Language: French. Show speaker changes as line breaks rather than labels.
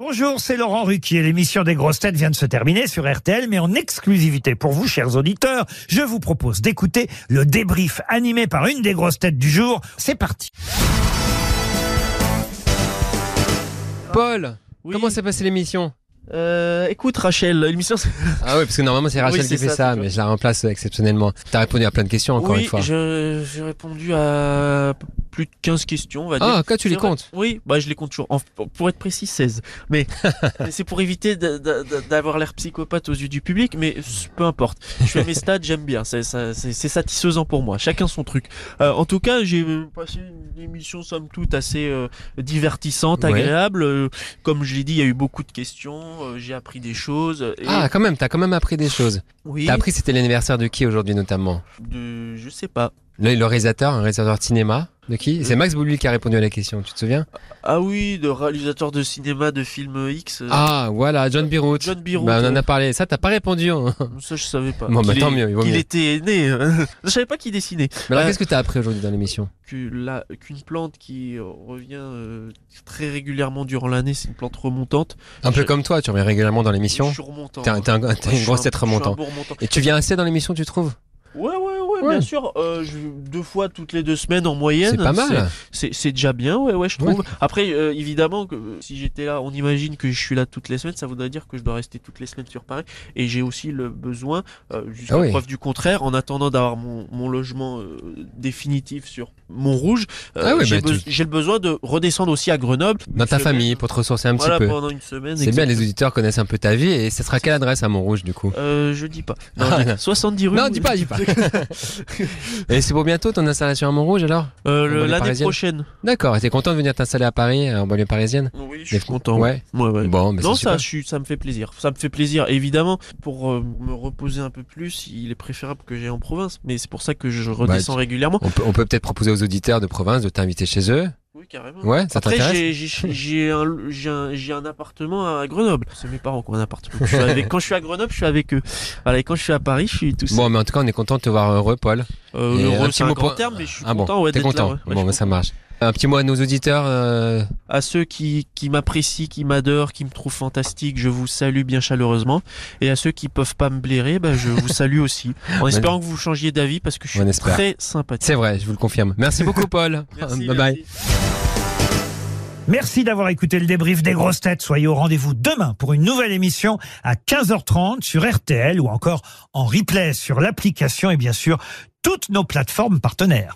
Bonjour, c'est Laurent Ruquier. L'émission des grosses têtes vient de se terminer sur RTL, mais en exclusivité pour vous, chers auditeurs, je vous propose d'écouter le débrief animé par une des grosses têtes du jour. C'est parti.
Paul,
Oui.
comment s'est passée l'émission
Euh, écoute Rachel, l'émission c'est-
Ah oui, parce que normalement c'est Rachel
Oui, c'est
qui fait
ça,
ça,
toujours.
mais je la remplace exceptionnellement. T'as répondu à plein de questions encore
oui,
une fois.
je- j'ai répondu à plus de 15 questions, on va dire.
Ah, quand tu les
C'est vrai.
comptes
Oui, bah je les compte toujours. En- pour être précis, 16. Mais mais c'est pour éviter d'a- d'a- d'a- d'avoir l'air psychopathe aux yeux du public, mais c- peu importe. Je fais mes stats, j'aime bien. C'est ça- c'est- c'est satisfaisant pour moi. Chacun son truc. Euh, en tout cas, j'ai euh, passé une émission somme toute assez euh, divertissante,
Ouais.
agréable. Euh, comme je l'ai dit, il y a eu beaucoup de questions. euh, j'ai appris des choses. Et,
Ah, quand même, t'as quand même appris des choses.
oui.
T'as appris que c'était l'anniversaire de qui aujourd'hui notamment
De, je sais pas.
le, le réalisateur, un réalisateur de cinéma De qui C'est
Euh.
Max Boublil qui a répondu à la question, tu te souviens
Ah oui, de réalisateur de cinéma de films X. euh,
Ah, voilà, John Birout.
John Birout.
Bah, on en a parlé. Ça, t'as pas répondu. hein.
Ça, je savais pas.
Bon, bah,
Qu'il
tant
est-
mieux, il vaut
qu'il
mieux.
était né. hein. je savais pas qu'il dessinait.
Mais alors,
Euh.
qu'est-ce que t'as appris aujourd'hui dans l'émission
Que la- Qu'une plante qui euh, revient euh, très régulièrement durant l'année, c'est une plante remontante.
Un peu
Je-
comme toi, tu reviens régulièrement dans
Je
l'émission.
suis remontant.
T'es un- t'es un-
Ouais,
t'es
je
une
suis
grosse
un-
tête
je suis un
remontant.
bon remontant.
Et tu viens assez dans l'émission, tu trouves
Ouais, ouais, ouais,
Ouais.
bien sûr. euh, je- deux fois toutes les deux semaines en moyenne.
C'est pas mal.
C'est c'est déjà bien, ouais, ouais, je
Ouais.
trouve. Après, euh, évidemment, que euh, si j'étais là, on imagine que je suis là toutes les semaines, ça voudrait dire que je dois rester toutes les semaines sur Paris. Et j'ai aussi le besoin, euh, jusqu'à
Ah oui.
preuve du contraire, en attendant d'avoir mon, mon logement euh, définitif sur Montrouge, euh,
Ah oui,
j'ai
bah,
be- j'ai le besoin de redescendre aussi à Grenoble.
Dans ta
Une semaine.
famille, pour te ressourcer un petit
Voilà,
peu.
pendant une semaine.
C'est bien,
exact.
les auditeurs connaissent un peu ta vie et ce sera quelle adresse à Montrouge du coup
Euh, je dis pas. Non,
Ah,
je-
non.
70 rue.
Non, dis pas, dis pas. Et c'est pour bientôt ton installation à Montrouge alors
Euh, le-
Banlieue
L'année
parisienne.
prochaine.
D'accord, et t'es content de venir t'installer à Paris, euh, en banlieue parisienne
Oui, je suis
Des-
content.
Ouais.
Ouais, ouais.
Bon, mais
non,
c'est super.
ça, je suis- ça me fait plaisir. Ça me fait plaisir, évidemment. Pour euh, me reposer un peu plus, il est préférable que j'aille en province. Mais c'est pour ça que je redescends
Bah, tu-
régulièrement.
On peut on peut peut-être proposer aux auditeurs de province de t'inviter chez eux.
Oui, carrément.
Ouais, ça
Après,
t'intéresse
j'ai- j'ai j'ai un, j'ai un, j'ai un appartement à Grenoble. C'est mes parents qui ont un appartement. Je suis avec- quand je suis à Grenoble, je suis avec eux. Voilà, et quand je suis à Paris, je suis tout seul.
Bon, mais en tout cas, on est content de te voir heureux, Paul.
Euh,
et
heureux,
un petit
c'est un
mot
grand
pour-
terme, mais je suis
ah bon,
content ouais,
t'es
d'être là.
content.
ouais. Ouais, je
bon,
suis
bah, ça marche. Un petit mot à nos auditeurs. euh,
à ceux qui, qui m'apprécient, qui m'adorent, qui me trouvent fantastique, je vous salue bien chaleureusement. Et à ceux qui peuvent pas me blairer, bah, je vous salue aussi. En espérant que vous changiez d'avis parce que je
On
suis
espère.
très sympathique.
C'est vrai, je vous le confirme. Merci beaucoup, Paul.
Merci,
bye bye.
merci.
Merci d'avoir écouté le débrief des grosses têtes. Soyez au rendez-vous demain pour une nouvelle émission à 15h30 sur RTL ou encore en replay sur l'application et bien sûr toutes nos plateformes partenaires.